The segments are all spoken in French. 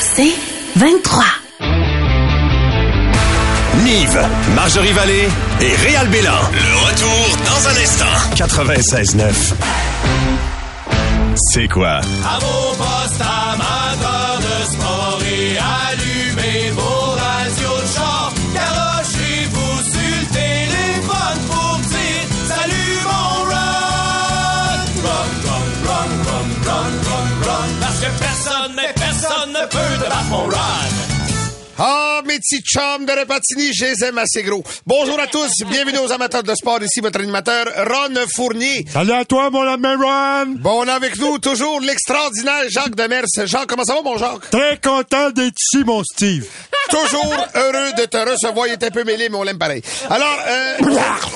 C'est 23. Nive, Marjorie Vallée et Réal Bélan. Le retour dans un instant. 96.9. C'est quoi? À vos postes amateurs de sport et allumez vos radios de char. Garochez-vous sur le téléphone pour dire Salut mon run! Run, run, run, run, run, run, run. Parce que personne, mais personne ne peut débattre mon run. Ah, mes petits chums de Repatini, je les aime assez gros. Bonjour à tous, bienvenue aux amateurs de sport, ici votre animateur Ron Fournier. Salut à toi, mon ami Ron! Bon, on a avec nous toujours l'extraordinaire Jacques Demers. Jacques, comment ça va, mon Jacques? Très content d'être ici, mon Steve. Toujours heureux de te recevoir. Il est un peu mêlé, mais on l'aime pareil. Alors, euh,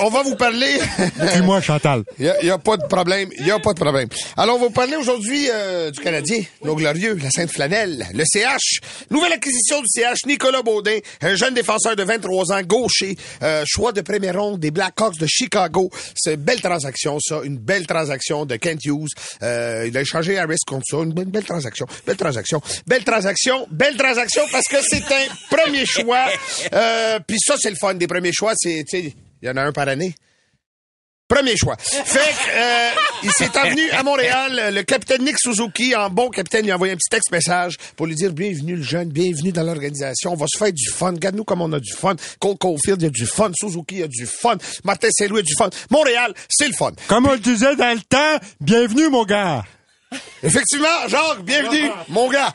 on va vous parler... Dis-moi, Chantal. Il n'y a, pas de problème, il n'y a pas de problème. Alors, on va vous parler aujourd'hui euh, du Canadien, nos glorieux, la Sainte-Flanelle, le CH. Nouvelle acquisition du CH, Nicolas Baudin, un jeune défenseur de 23 ans, gaucher, euh, choix de première ronde des Blackhawks de Chicago. C'est une belle transaction, ça, une belle transaction de Kent Hughes. Euh, il a échangé Harris contre ça, une belle, belle transaction, belle transaction, belle transaction, belle transaction, parce que c'est un premier choix. Euh, Puis ça, c'est le fun des premiers choix, c'est, tu sais, il y en a un par année. Premier choix. Fait que, euh, il s'est avenu à Montréal. euh, Le capitaine Nick Suzuki, en bon capitaine, lui a envoyé un petit texte message pour lui dire bienvenue le jeune, bienvenue dans l'organisation. On va se faire du fun. Regarde-nous comme on a du fun. Cole Caulfield, il y a du fun. Suzuki, il y a du fun. Martin Saint-Louis, il y a du fun. Montréal, c'est le fun. Comme on le disait dans le temps, bienvenue, mon gars. Effectivement, Jacques, bienvenue, mon gars.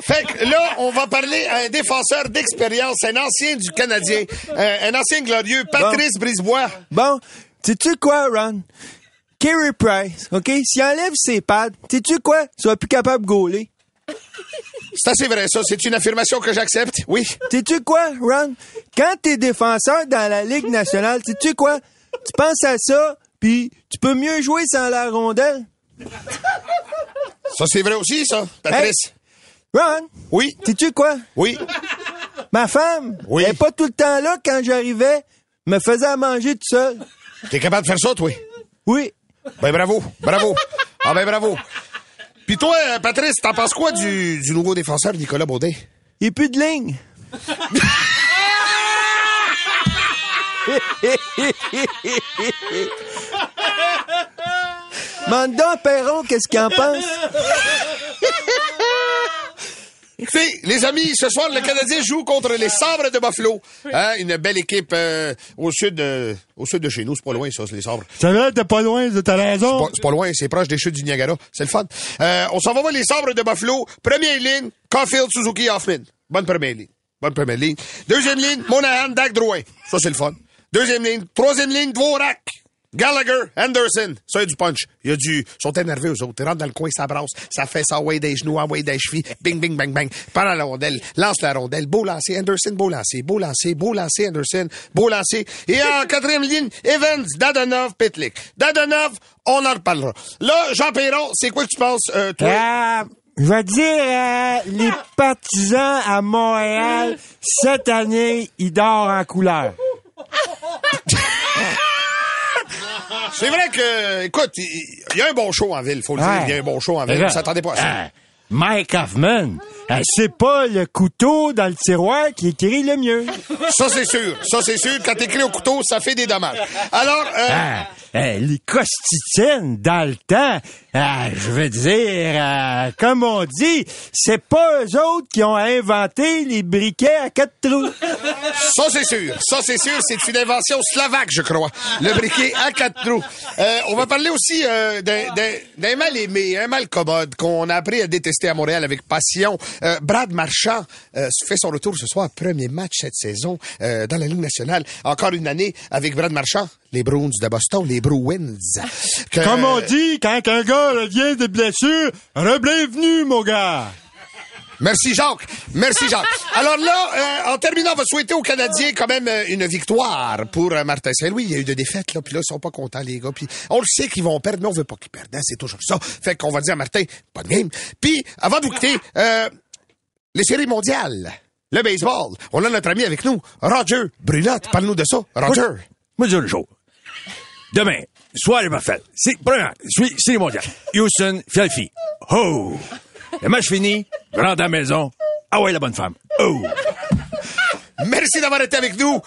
Fait que là, on va parler à un défenseur d'expérience, un ancien du Canadien, euh, un ancien glorieux, Patrice Brisebois. Bon, sais-tu quoi, Ron? Carey Price, OK? S'il enlève ses pads, sais-tu quoi? Tu vas plus capable de gauler. C'est assez vrai, ça. C'est une affirmation que j'accepte. Oui. Sais-tu quoi, Ron? Quand t'es défenseur dans la Ligue nationale, sais-tu quoi? Tu penses à ça, puis tu peux mieux jouer sans la rondelle. Ça, c'est vrai aussi, ça, Patrice. Ron, Oui. sais-tu quoi? Oui. Ma femme, Oui. elle est pas tout le temps là quand j'arrivais, me faisait à manger tout seul. T'es capable de faire ça, toi? Oui. Ben, bravo. Bravo. Ah, ben, bravo. Puis toi, euh, Patrice, t'en penses quoi du, du nouveau défenseur Nicolas Baudin? Il n'y a plus de ligne. Manda Perron, qu'est-ce qu'il en pense? Écoutez, les amis, ce soir, le Canadien joue contre les Sabres de Buffalo. Hein, une belle équipe euh, au sud de, au sud de chez nous. C'est pas loin, ça, c'est les Sabres. Ça va être de pas loin, de ta Pas- raison. C'est pas loin, c'est proche des chutes du Niagara. C'est le fun. Euh, on s'en va voir les sabres de Buffalo. Première ligne, Caulfield, Suzuki, Hoffman. Bonne première ligne. Bonne première ligne. Deuxième ligne, Monahan, Dak Drouin. Ça, c'est le fun. Deuxième ligne. Troisième ligne, Dvorak. Gallagher, Anderson. Ça, il y a du punch. Il y a du. Ils sont énervés, eux autres. Ils rentrent dans le coin, ça brasse. Ça fait ça, ouais, des genoux, ouais, des chevilles. Bing, bing, bang, bang. Par la rondelle. Lance la rondelle. Beau lancer, Anderson, beau lancer. Beau lancer, beau lancer, Anderson. Beau lancer. Et en quatrième ligne, Evans, Dadonov, Petlik. Dadonov, on en reparlera. Là, Jean Perron, c'est quoi que tu penses, euh, toi? Ah, Je vais dire, euh, les partisans à Montréal, cette année, ils dorment en couleur. C'est vrai que, écoute, il il y a un bon show en ville, faut le dire. Ouais. Il y a un bon show hein, en ville. Regarde. On s'attendait pas à ça. Euh, Ah, Mike Hoffman, ah, c'est pas le couteau dans le tiroir qui écrit le mieux. Ça, c'est sûr. Ça, c'est sûr. Quand t'écris au couteau, ça fait des dommages. Alors, euh, Ah, euh, les costitines dans le temps, ah, je veux dire, ah, comme on dit, c'est pas eux autres qui ont inventé les briquets à quatre trous. ça, c'est sûr. Ça, c'est sûr. C'est une invention slovaque, je crois. Le briquet à quatre trous. Euh, on va parler aussi euh, d'un- d'un d'un mal aimé, un mal commode qu'on a appris à détester à Montréal avec passion. Euh, Brad Marchand euh, fait son retour ce soir. Premier match cette saison euh, dans la Ligue nationale. Encore une année avec Brad Marchand. Les Bruins de Boston, les Bruins. Que- Comme on dit, quand un gars revient de blessure, rebienvenue, mon gars. Merci Jacques. Merci Jacques. Alors là, euh, en terminant, on va souhaiter aux Canadiens quand même euh, une victoire pour euh, Martin Saint-Louis. Il y a eu des défaites, là, puis là, ils sont pas contents, les gars. Puis on le sait qu'ils vont perdre, mais on veut pas qu'ils perdent. hein, c'est toujours ça. Fait qu'on va dire à Martin, pas de game. Puis, avant de vous quitter, euh, les séries mondiales, le baseball. On a notre ami avec nous, Roger Brulotte. Parle-nous de ça, Roger. Moi, je dis le jour. Demain, soirée parfaite. C'est, premièrement, c'est c'est les mondiaux. Houston, Philadelphie. Oh! Le match fini, Je rentre à la maison. Ah ouais, la bonne femme. Oh! Merci d'avoir été avec nous.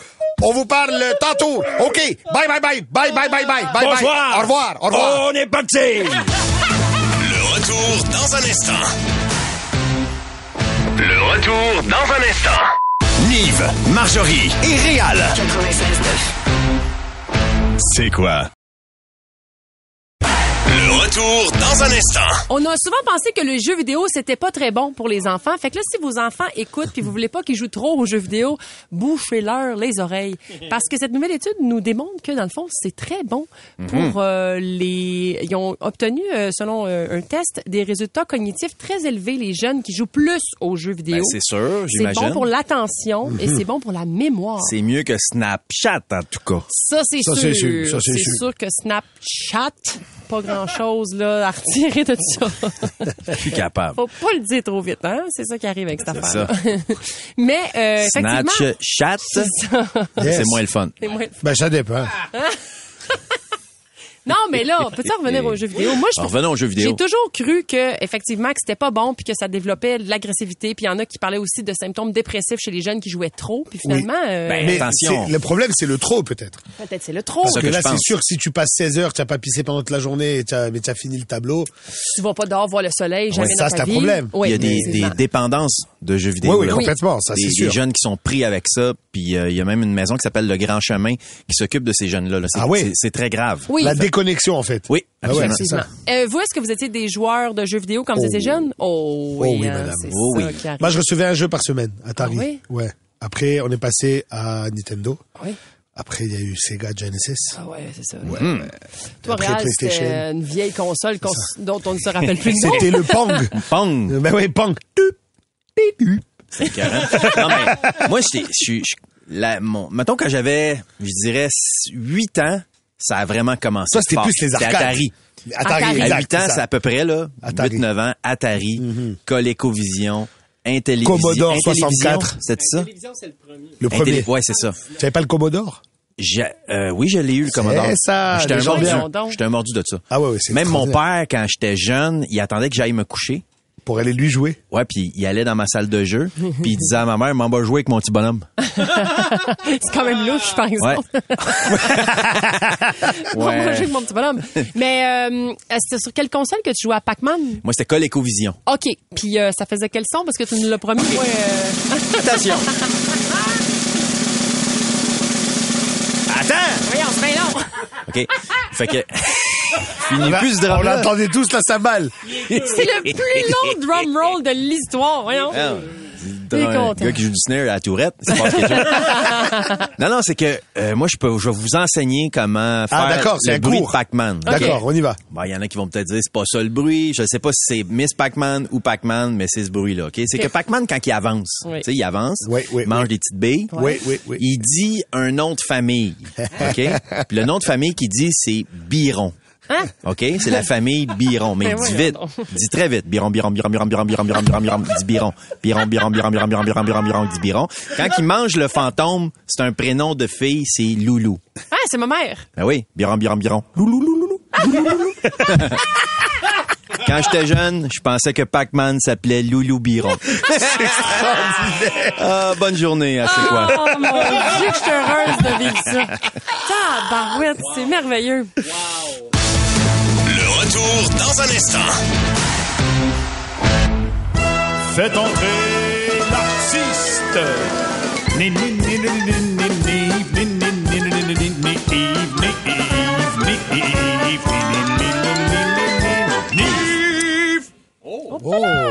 On vous parle tantôt. OK. Bye, bye, bye. Bye, bye, bye, bye. Bye, Bonsoir! bye. Au revoir. Au revoir. Oh. On est parti! Le retour dans un instant. Le retour dans un instant. Nive, Marjorie et Réal. 96.9. C'est quoi? Le retour dans un instant. On a souvent pensé que le jeu vidéo, c'était pas très bon pour les enfants. Fait que là, si vos enfants écoutent puis vous voulez pas qu'ils jouent trop aux jeux vidéo, bouchez-leur les oreilles. Parce que cette nouvelle étude nous démontre que, dans le fond, c'est très bon pour euh, les... Ils ont obtenu, euh, selon euh, un test, des résultats cognitifs très élevés, les jeunes qui jouent plus aux jeux vidéo. Ben, c'est sûr, c'est j'imagine. bon pour l'attention et c'est bon pour la mémoire. C'est mieux que Snapchat, en tout cas. Ça, c'est sûr. c'est sûr. Ça, c'est C'est sûr. sûr que Snapchat, pas grand-chose là, à retirer de ça. Je suis capable. Faut pas le dire trop vite, hein? C'est ça qui arrive avec cette C'est affaire. Mais euh, effectivement, Snapchat, c'est ça. Yes. c'est moins le fun. C'est moins- Ben, ça dépend. Non, mais là, peux-tu revenir aux jeux vidéo? Moi, je Alors, revenons aux jeux vidéo. J'ai toujours cru que effectivement que c'était pas bon puis que ça développait de l'agressivité puis il y en a qui parlaient aussi de symptômes dépressifs chez les jeunes qui jouaient trop puis finalement euh, Ben, Mais attention. c'est- le problème, c'est le trop, peut-être. peut-être c'est le trop. Ça Parce que que là, je c'est pense. sûr que si tu passes 16 heures, tu n'as pas pissé pendant toute la journée, et t'as- mais tu as fini le tableau. Tu vas pas dehors voir le soleil, jamais ça, dans c'est ta un vie. problème. Oui, Il y a des, des effectivement. dépendances de jeux vidéo. Oui, oui, là. complètement, ça, Des, c'est sûr. des jeunes qui sont pris avec ça, puis euh, il y a même une maison qui s'appelle Le Grand Chemin qui s'occupe de ces jeunes-là. là. C'est- Ah oui? c'est- C'est très grave. Oui. La déconnexion, en fait. Oui, Ah ouais, absolument. c'est ça. Euh, vous, est-ce que vous étiez des joueurs de jeux vidéo quand vous Oh. étiez jeune? Oh oui, Oh oui, hein, madame. c'est Oh ça oui. qui arrive. Moi, je recevais un jeu par semaine, Atari. Ah oui? Ouais. Après, on est passé à Nintendo. Oui. Après, il y a eu Sega Genesis. Ah ouais, c'est ça. Toi, Après, Réal, PlayStation. c'était une vieille console qu'on- dont on ne se rappelle plus le nom. C'était le Pong. Pong! ben oui, Pong. non, mais moi, j'étais- je suis. je- la- mon- Mettons, quand j'avais, je dirais, 8 ans, ça a vraiment commencé. Ça, c'était fort. plus les arcades. Atari. Atari, Atari. À exact, 8 c'est ans, c'est ça. à peu près, là. Atari. Mhm. 8-9 ans, Atari, ColecoVision, Intellivision. Commodore Intellivision, 64. C'était ça? Le Intelli- premier. ouais, c'est ça. Tu savais pas le Commodore? J'ai- euh, oui, je l'ai eu, le Commodore. ça, J'étais un, les gens mordu. bien. J'étais un mordu de ça. Ah ouais, ouais, c'est Même mon extraordinaire. père, quand j'étais jeune, il attendait que j'aille me coucher. Pour aller lui jouer. Ouais, puis il allait dans ma salle de jeu, puis il disait à ma mère, m'en va jouer avec mon petit bonhomme. C'est quand même louche, par Ouais. exemple. Moi, moi, j'ai mon petit bonhomme. Mais euh, c'était sur quelle console que tu jouais à Pac-Man? Moi, c'était ColecoVision. OK. Puis euh, ça faisait quel son? Parce que tu nous l'as promis. Moi, euh, Attention. Attends. voyons, c'est bien long. OK. Fait que fini Ben, plus ce on drame-là. l'attendait tous, là, sa balle. C'est le plus long drum roll de l'histoire, voyons. Ah, T'es un content. gars qui joue du snare à la tourette, il se passe quelque chose. non non, c'est que euh, moi je peux je vais vous enseigner comment faire Ah, d'accord, c'est le un bruit cours. de Pac-Man. D'accord, on y va. Bon, Ben, il y en a qui vont peut-être dire c'est pas ça le bruit, je sais pas si c'est Miss Pac-Man ou Pac-Man, mais c'est ce bruit là, OK C'est que Pac-Man quand il avance, Oui. tu sais, il avance, Oui, oui, mange oui. des petites billes. Oui, oui, oui. Il dit un nom de famille. OK? Puis le nom de famille qu'il dit, c'est Biron. OK? C'est la famille Biron. Mais Ben il dit Hein? voyons vite. donc. Il dit très vite. Biron, Biron, Biron, Biron, Biron, Biron, Biron, Biron, Biron, il dit Biron. Biron, Biron, Biron, Biron, Biron, Biron, Biron, Biron, il dit Biron. Quand il mange le fantôme, c'est un prénom de fille, c'est Loulou. Ah, c'est ma mère. Ben oui, Biron, Biron, Biron. Loulou, Loulou, Loulou. Loulou, Loulou. Quand j'étais jeune, je pensais que Pac-Man s'appelait Loulou Biron. Ah, bonne journée à c'est quoi. Oh mon Dieu, je suis heureuse de vivre ça. Tabarouette, c'est merveilleux. Le retour dans un instant. Faites entrer l'artiste. Ni, ni, ni, ni, ni, ni, ni, ni, ni, ni, ni, ni, ni, ni, ni, Yves, ni, Yves, ni, Yves, ni, Yves, ni, ni, ni, ni, ni, ni, ni, Yves. Oh. Ouais. Ouais,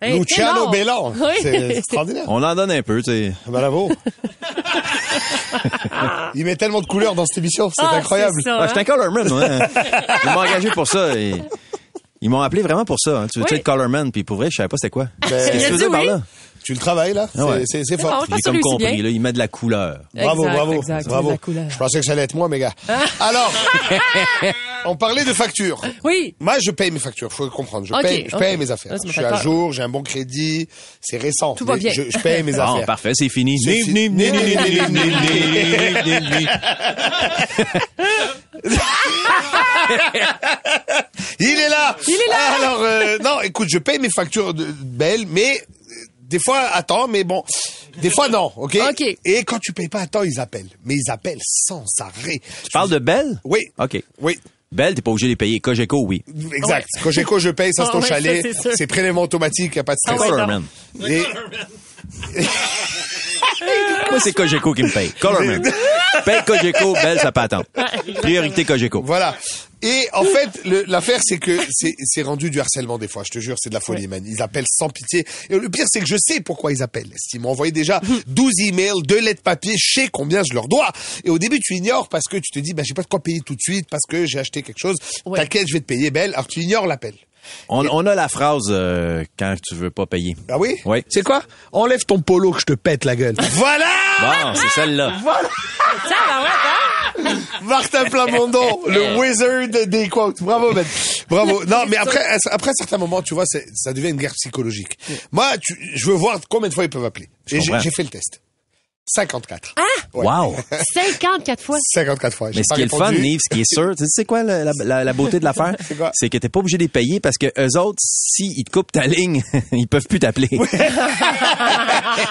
Hey, t'es Luciano mort. Bellan. Oui. C'est extraordinaire. On en donne un peu, tu sais. Bravo. Il met tellement de couleurs dans cette émission, c'est Ah, incroyable. c'est ça, Ah, hein? j'étais un colorman, moi. hein. Ils m'ont engagé pour ça. et- Ils m'ont appelé vraiment pour ça. hein. Tu veux Oui. Ben, être colorman, puis pour vrai, je savais pas c'était quoi. Qu'est-ce Il a que tu dit veux dire par oui. là? Tu le travailles là, Ah ouais. C'est- c'est c'est Ah, fort. ouais. Je pense J'ai que ça comme réussit compris, bien. là, il met de la couleur. Bravo, Exact, bravo, exact, bravo. la couleur. Ah. Je pensais que ça allait être moi, mes gars. Alors, on parlait de factures. Oui. Moi, je paye mes factures, faut le comprendre. Je Ok, paye, je ok. paye mes affaires. Ouais, ça me je fait suis à peur. jour, j'ai un bon crédit, c'est récent. Tout va mais bien. Je, je paye mes Bon, affaires. parfait, c'est fini. C'est fini. Nive, nive, nive, nive, nive, nive, nive, nive, nive. Il est là! Il est là! Alors, euh, non, écoute, je paye mes factures de, belles, mais euh, des fois, attends, mais bon. Des fois, non, OK? OK. Et quand tu payes pas, attends, ils appellent. Mais ils appellent sans arrêt. Tu parles de Belle? Oui. OK. Oui. Belle, t'es pas obligé de les payer. Cogeco, oui. Exact. Cogeco, je paye, ça c'est Ah ton ouais, ça, chalet. c'est sûr. Ah C'est prélèvement automatique, y a pas de stress. ouais, Colorman. Et- Moi, c'est Cogeco qui me paye. Colorman. paye Cogeco, Belle, ça peut attendre. Priorité Cogeco. Voilà. Et en fait, le- l'affaire, c'est que c'est c'est rendu du harcèlement des fois. Je te jure, c'est de la folie, man. Ils appellent sans pitié. Et le pire, c'est que je sais pourquoi ils appellent. Ils m'ont envoyé déjà 12 emails, deux lettres papier, je sais combien je leur dois. Et au début, tu ignores parce que tu te dis, ben, j'ai pas de quoi payer tout de suite parce que j'ai acheté quelque chose. Ouais. T'inquiète, je vais te payer, belle. Alors, tu ignores l'appel. On, on a la phrase euh, quand tu veux pas payer. Ah oui? Oui. C'est quoi? Enlève ton polo que je te pète la gueule. voilà! Bon, c'est celle-là. Ça, ben ouais, hein? Martin Plamondon, le wizard des quotes. Bravo, Ben. Bravo. Non, mais après, à- après un certain moment, tu vois, c'est- ça devient une guerre psychologique. Moi, tu- je veux voir combien de fois ils peuvent appeler. Et j'ai comprends. j'ai fait le test. 54. Ouais. Wow. 54 fois. 54 fois. J'ai Mais ce pas qui est le fun, répondu. Nive, ce qui est sûr, tu sais c'est quoi la, la- la- la beauté de l'affaire? C'est quoi? C'est que t'es pas obligé de les payer parce que eux autres, s'ils ils te coupent ta ligne, ils peuvent plus t'appeler.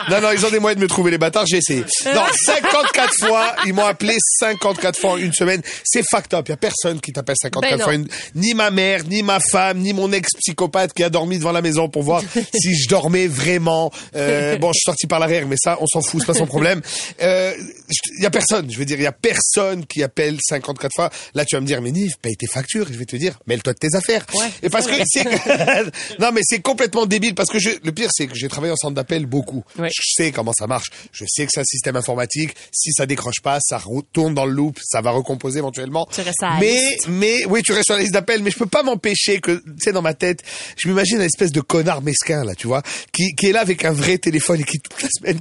Non, non, ils ont des moyens de me trouver les bâtards, j'ai essayé. Non, 54 fois, ils m'ont appelé 54 fois en une semaine. C'est fucked up. Il y a personne qui t'appelle 54 Ben non. fois. Une- Ni ma mère, ni ma femme, ni mon ex-psychopathe qui a dormi devant la maison pour voir si je dormais vraiment. Euh, bon, je suis sorti par l'arrière, mais ça, on s'en fout, c'est pas son problème. Euh, je- Il y a personne, je veux dire, il y a personne qui appelle 54 fois. Là, tu vas me dire, mais Nive, paye tes factures. Je vais te dire, mêle-toi de tes affaires. Et parce que c'est... non, mais c'est complètement débile parce que je... le pire, c'est que j'ai travaillé en centre d'appel beaucoup. Ouais. Je je sais comment ça marche. Je sais que c'est un système informatique. Si ça décroche pas, ça retourne dans le loop, ça va recomposer éventuellement. Tu restes à la mais, mais, oui, tu restes sur la liste d'appels, mais je peux pas m'empêcher que, tu sais, dans ma tête, je m'imagine un espèce de connard mesquin, là, tu vois, qui, qui est là avec un vrai téléphone et qui toute la semaine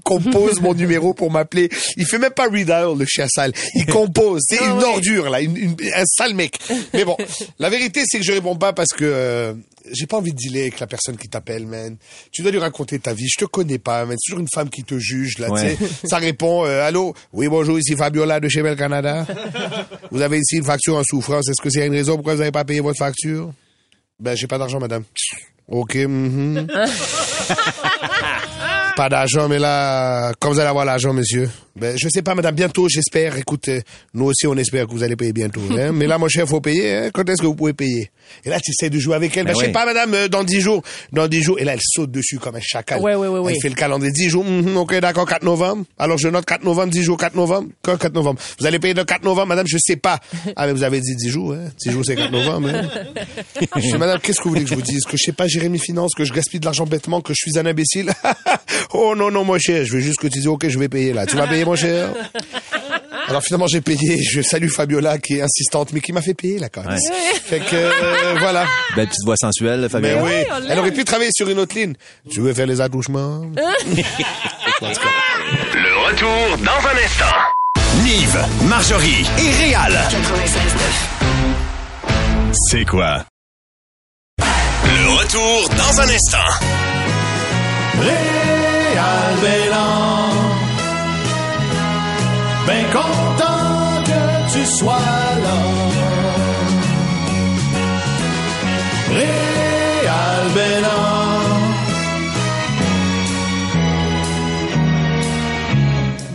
compose mon numéro pour m'appeler. Il fait même pas redial, le chien sale. Il compose. Ah C'est une ordure, là, une- une- un sale mec. Mais bon, la vérité, c'est que je réponds pas parce que, euh, j'ai pas envie de dealer avec la personne qui t'appelle, man. Tu dois lui raconter ta vie. Je te connais pas, man. C'est toujours une femme qui te juge, là, Ouais. tu sais. Ça répond, euh, allô? Oui, bonjour, ici Fabiola de chez Bel Canada. Vous avez ici une facture en souffrance. Est-ce que c'est une raison pourquoi vous n'avez pas payé votre facture? Ben, j'ai pas d'argent, madame. OK, mhm. pas d'argent, mais là, quand vous allez avoir l'argent, monsieur. Ben, je sais pas, madame, bientôt, j'espère. Écoute, euh, nous aussi, on espère que vous allez payer bientôt. hein. Mais là, mon cher, faut payer. hein. Quand est-ce que vous pouvez payer? Et là, tu essaies de jouer avec elle. Ben, Ben je sais oui. pas, madame, euh, dans 10 jours. Dans 10 jours. Et là, elle saute dessus comme un chacal. Ouais, ouais, ouais, elle ouais. fait le calendrier 10 jours. mhm, OK, d'accord, 4 novembre. Alors, je note 4 novembre, 10 jours, 4 novembre. Quand 4 novembre? Vous allez payer le 4 novembre, madame, je sais pas. Ah, mais vous avez dit 10 jours, hein. 10 jours, c'est 4 novembre, hein. Je dis, madame, qu'est-ce que vous voulez que je vous dise? Que je sais pas gérer mes finances, que je gaspille de l'argent bêtement, que je suis un imbécile? oh non, non, mon cher, je veux juste que tu dises, ok, je vais payer là. Tu vas payer, mon cher? Alors finalement, j'ai payé. Je salue Fabiola qui est insistante, mais qui m'a fait payer là quand même. Fait que, euh, voilà. Belle Ben, petite voix sensuelle, Mais Fabien. oui, on l'aime. elle aurait pu travailler sur une autre ligne. Tu veux faire les attouchements? Le retour dans un instant. Nive, Marjorie et Réal. 96.9. C'est quoi? Le retour dans un instant. Réal Bélan. Ben content que tu sois là. Réal Bélan.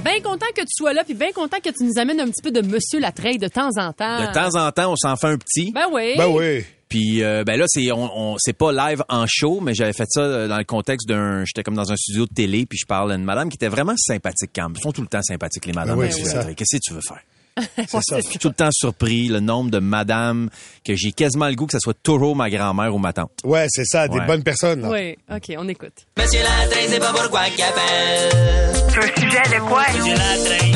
Bien content que tu sois là, puis bien content que tu nous amènes un petit peu de Monsieur Latreille de temps en temps. De temps en temps, on s'en fait un petit. Ben oui. Ben oui. Puis euh, ben là, c'est on, on- c'est pas live en show, mais j'avais fait ça euh, dans le contexte d'un. J'étais comme dans un studio de télé, puis je parle à une madame qui était vraiment sympathique quand même. Ils sont tout le temps sympathiques les madames. oui, dans c'est le ça. théâtre. Qu'est-ce que tu veux faire? Je suis tout le temps surpris le nombre de madames que j'ai quasiment le goût que ça soit toujours ma grand-mère ou ma tante. Ouais, c'est ça, des Ouais. bonnes personnes. là. Oui, OK, on écoute. Monsieur Latreille, c'est pas pourquoi qu'il appelle. un sujet de quoi?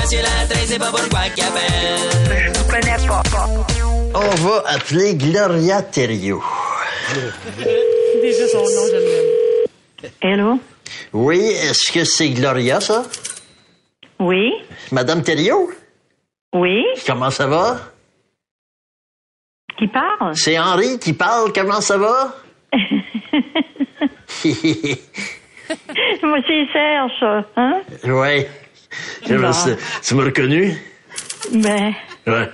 Monsieur Latreille, c'est pas pourquoi qu'il appelle. Je vous connais pas. On va appeler Gloria Thériault. Déjà son nom, je l'aime. Hello? Oui, est-ce que c'est Gloria, ça? Oui? Madame Thériault? Oui? Comment ça va? Qui parle? C'est Henri qui parle, comment ça va? Moi, c'est Serge, hein? oui. Je Bon. sais. Tu m'as reconnu? Ben, Ouais.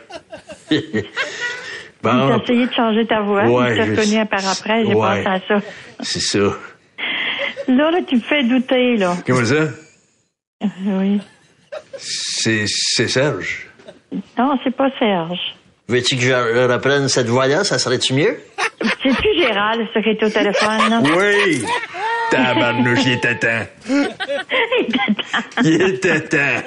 J'ai Bon, essayé de changer ta voix. Ouais, je je- t'ai reconnu par après. J'ai Ouais. pensé à ça. c'est ça. Là, là, tu me fais douter, là. Comment ça? Oui. C'est c'est Serge. Non, c'est pas Serge. Veux-tu que je reprenne cette voix-là? Ça serait-tu mieux? C'est-tu Gérald, ce qui est au téléphone, là? Oui! Tabarnouche, il était temps. Il était temps.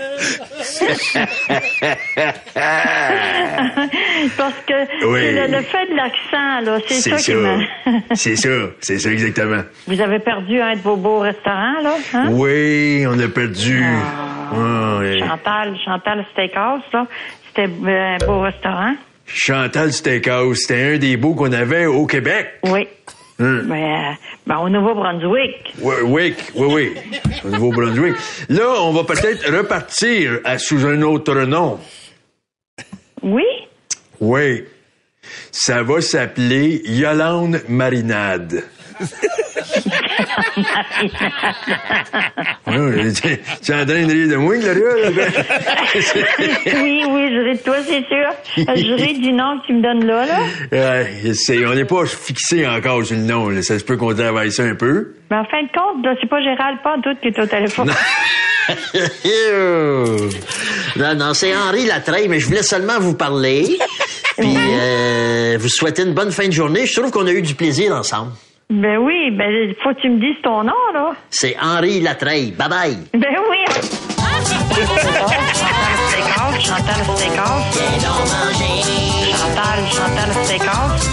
Parce que Oui. c'est le, le fait de l'accent, là, c'est ça, C'est qui m'a... ça. C'est ça. C'est ça, exactement. Vous avez perdu un de vos beaux restaurants, là, hein? Oui, on a perdu. Ah, ouais. Chantal, Chantal Steakhouse, là. C'était euh, un beau restaurant. Chantal Steakhouse, c'était un des beaux qu'on avait au Québec. Oui. Hum. Mais, euh, ben, au Nouveau-Brunswick. Oui, oui, oui, oui. Au Nouveau-Brunswick. Là, on va peut-être repartir à- sous un autre nom. Oui? Oui. Ça va s'appeler Yolande Marinade. Ouais, ouais, tu tu es en train de rire de moi, Gloria? là? oui, oui, je ris de toi, c'est sûr. Euh, Je ris du nom que tu me donnes là, là. Ouais, c'est- on n'est pas fixé encore sur le nom. là. Ça se peut qu'on travaille ça un peu. Mais en fin de compte, là, c'est pas Gérald Pantoute qui est au téléphone. non, non, c'est Henri Latreille, mais je voulais seulement vous parler. Puis euh, vous souhaiter une bonne fin de journée. Je trouve qu'on a eu du plaisir ensemble. Ben oui, ben, il faut que tu me dises ton nom, là. C'est Henri Latreille. Bye bye. Ben oui. Steakhouse, Chantal Steakhouse. Chantal, Chantal Steakhouse.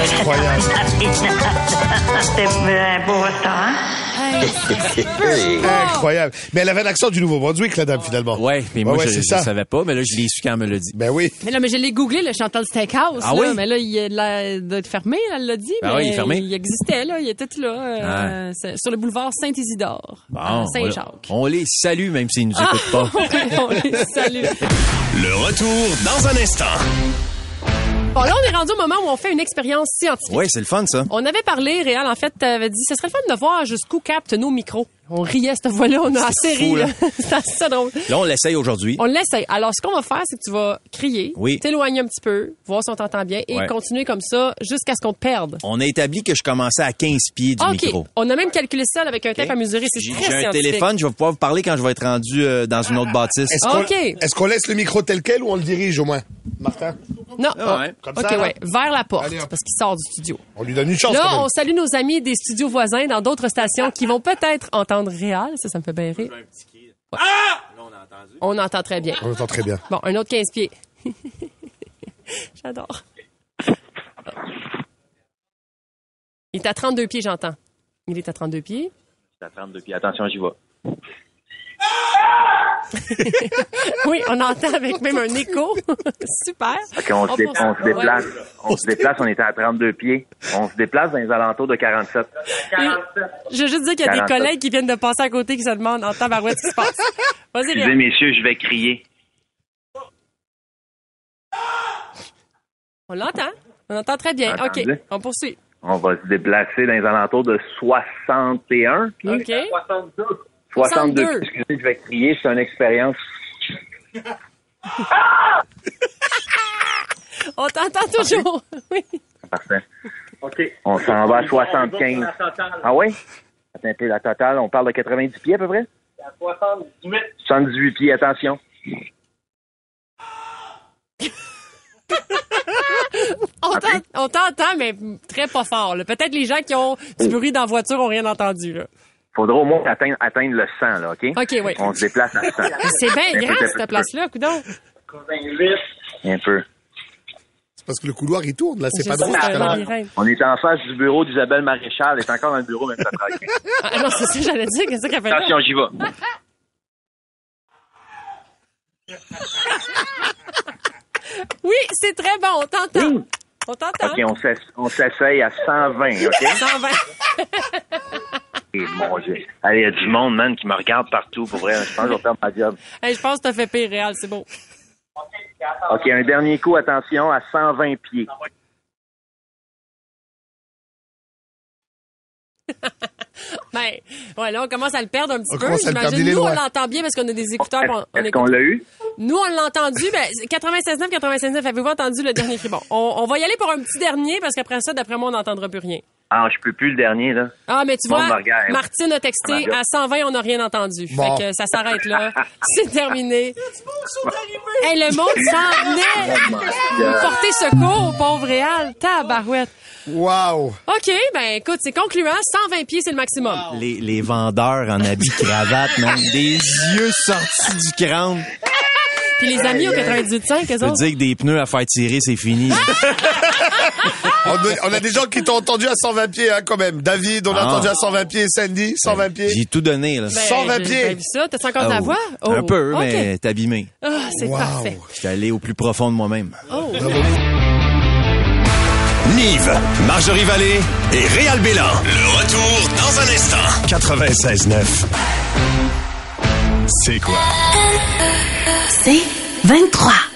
Incroyable. C'était euh, un beau restaurant. Incroyable. Mais elle avait l'accent du Nouveau-Brunswick, la dame, finalement. Oui, Mais moi, je ne savais pas, mais là, je l'ai su quand elle me l'a dit. Ben oui. Mais là, mais je l'ai googlé, le Chantal Steakhouse. Ah là, oui? Mais là, il est là- doit être fermé, elle l'a dit. Ah mais oui, il est fermé. Il existait, là. Il était tout là. euh, c'est- sur le boulevard Saint-Isidore. à Ah, Bon, Saint-Jacques. Ah! on, on les salue, même s'ils nous écoutent pas. on les salue. Le retour dans un instant. Bon, là, on est rendu au moment où on fait une expérience scientifique. Oui, c'est le fun, ça. On avait parlé, Réal, en fait, avait dit, ce serait le fun de voir jusqu'où captent nos micros. On riait cette fois-là, on a assez fou, ri, là. là. C'est assez drôle. Là, on l'essaye aujourd'hui. On l'essaye. Alors, ce qu'on va faire, c'est que tu vas crier, Oui. t'éloigner un petit peu, voir si on t'entend bien et Ouais. continuer comme ça jusqu'à ce qu'on te perde. On a établi que je commençais à 15 pieds du OK. micro. On a même calculé ça avec un tape à mesurer. C'est J'ai très j'ai un scientifique. téléphone, je vais pouvoir vous parler quand je vais être rendu euh, dans une autre bâtisse. Est-ce qu'on est-ce qu'on laisse le micro tel quel ou on le dirige au moins? Martin? Non. Ah ouais. on- Comme OK, ça, là. ouais. Vers la porte, parce qu'il sort du studio. On lui donne une chance. quand Là, même. on salue nos amis des studios voisins dans d'autres stations qui vont peut-être entendre Réal. Ça, ça me fait bien rire. Ah! on entend très bien. On entend très bien. Bon, un autre 15 pieds. J'adore. Il est à 32 pieds, j'entends. Il est à 32 pieds. Je vais prendre deux pieds. Attention, j'y vais. oui, on entend avec même un écho. Super. Fait qu'on se, dé- poursuit. on se déplace. Ouais. On se déplace. On était à 32 pieds. On se déplace dans les alentours de 47. Et Je veux juste dire qu'il y a des 47. collègues qui viennent de passer à côté qui se demandent en tabarouette ce qui se passe. Vas-y, Excusez, Réal. messieurs, je vais crier. On l'entend. On entend très bien. Entendu. OK, on poursuit. On va se déplacer dans les alentours de 61 pieds. OK. 62. 62. Excusez, je vais crier. C'est une expérience. On t'entend toujours. Oui. Parfait. On s'en va à 75. Ah oui? Attends un peu, la totale, on parle de 90 pieds à peu près? 78 pieds, attention. On t'en- on t'entend, mais très pas fort. là. Peut-être les gens qui ont du bruit dans la voiture ont rien entendu. Là. Oh. Faudra au moins atteindre, atteindre le 100, là, OK? OK, oui. On se déplace à 100. C'est bien Un peu, grand, un peu, un cette peu. place-là, coudon. Un peu. C'est parce que le couloir, il tourne, là. C'est pas drôle. tout à l'heure. On est en face du bureau d'Isabelle Maréchal. Elle est encore dans le bureau, même ça travaille. Ah, non, c'est ça, j'allais dire. Qu'est-ce qu'elle fait là? Attention, j'y vais. Oui, c'est très bon. On t'entend. On t'entend. OK, on s'ess- on s'essaye à 120, OK? 120. Et Eh, mon Dieu. Allez, il y a du monde, man, qui me regarde partout, pour vrai. Je pense que je vais faire ma job. Hey, je pense que t'as fait pire, Réal. C'est beau. OK, un dernier coup, attention, à 120 pieds. Ben, ouais, là, on commence à le perdre un petit On peu. commence à le perdre, il J'imagine. est Nous, on loin. l'entend bien parce qu'on a des écouteurs. puis on- on Est-ce écoute. qu'on l'a eu? Nous, on l'a entendu. Ben, 96.9, 96.9, avez-vous entendu le dernier cri? Bon, on, on va y aller pour un petit dernier parce qu'après ça, d'après moi, on n'entendra plus rien. Ah, je peux plus le dernier, là. Ah, mais tu Bon, vois, Margaret. Martine a texté Margaret. à 120, on n'a rien entendu. Bon. Fait que ça s'arrête là. C'est terminé. Hey, le monde s'en venait. Vous portez secours, pauvre Réal. Tabarouette. Wow! OK, ben écoute, c'est concluant. 120 pieds, c'est le maximum. Les, les vendeurs en habit cravate, man, des yeux sortis du crâne. Puis les amis au 98.5, eux Je veux autres. dire que des pneus à faire tirer, c'est fini. Ah! On a, on a des gens qui t'ont entendu à 120 pieds, hein, quand même. David, on a Ah. entendu à 120 pieds. Sandy, 120 pieds. J'ai tout donné, là. Ben, 120 j'ai- pieds. T'as vu ça? T'as encore de la Ah, voix? Oh. Un peu, OK. mais t'es abîmé. Ah, c'est Wow. parfait. J'étais allé au plus profond de moi-même. Oh. Nive, Marjorie Vallée et Réal Bélan. Le retour dans un instant. 96.9. C'est quoi? C'est 23.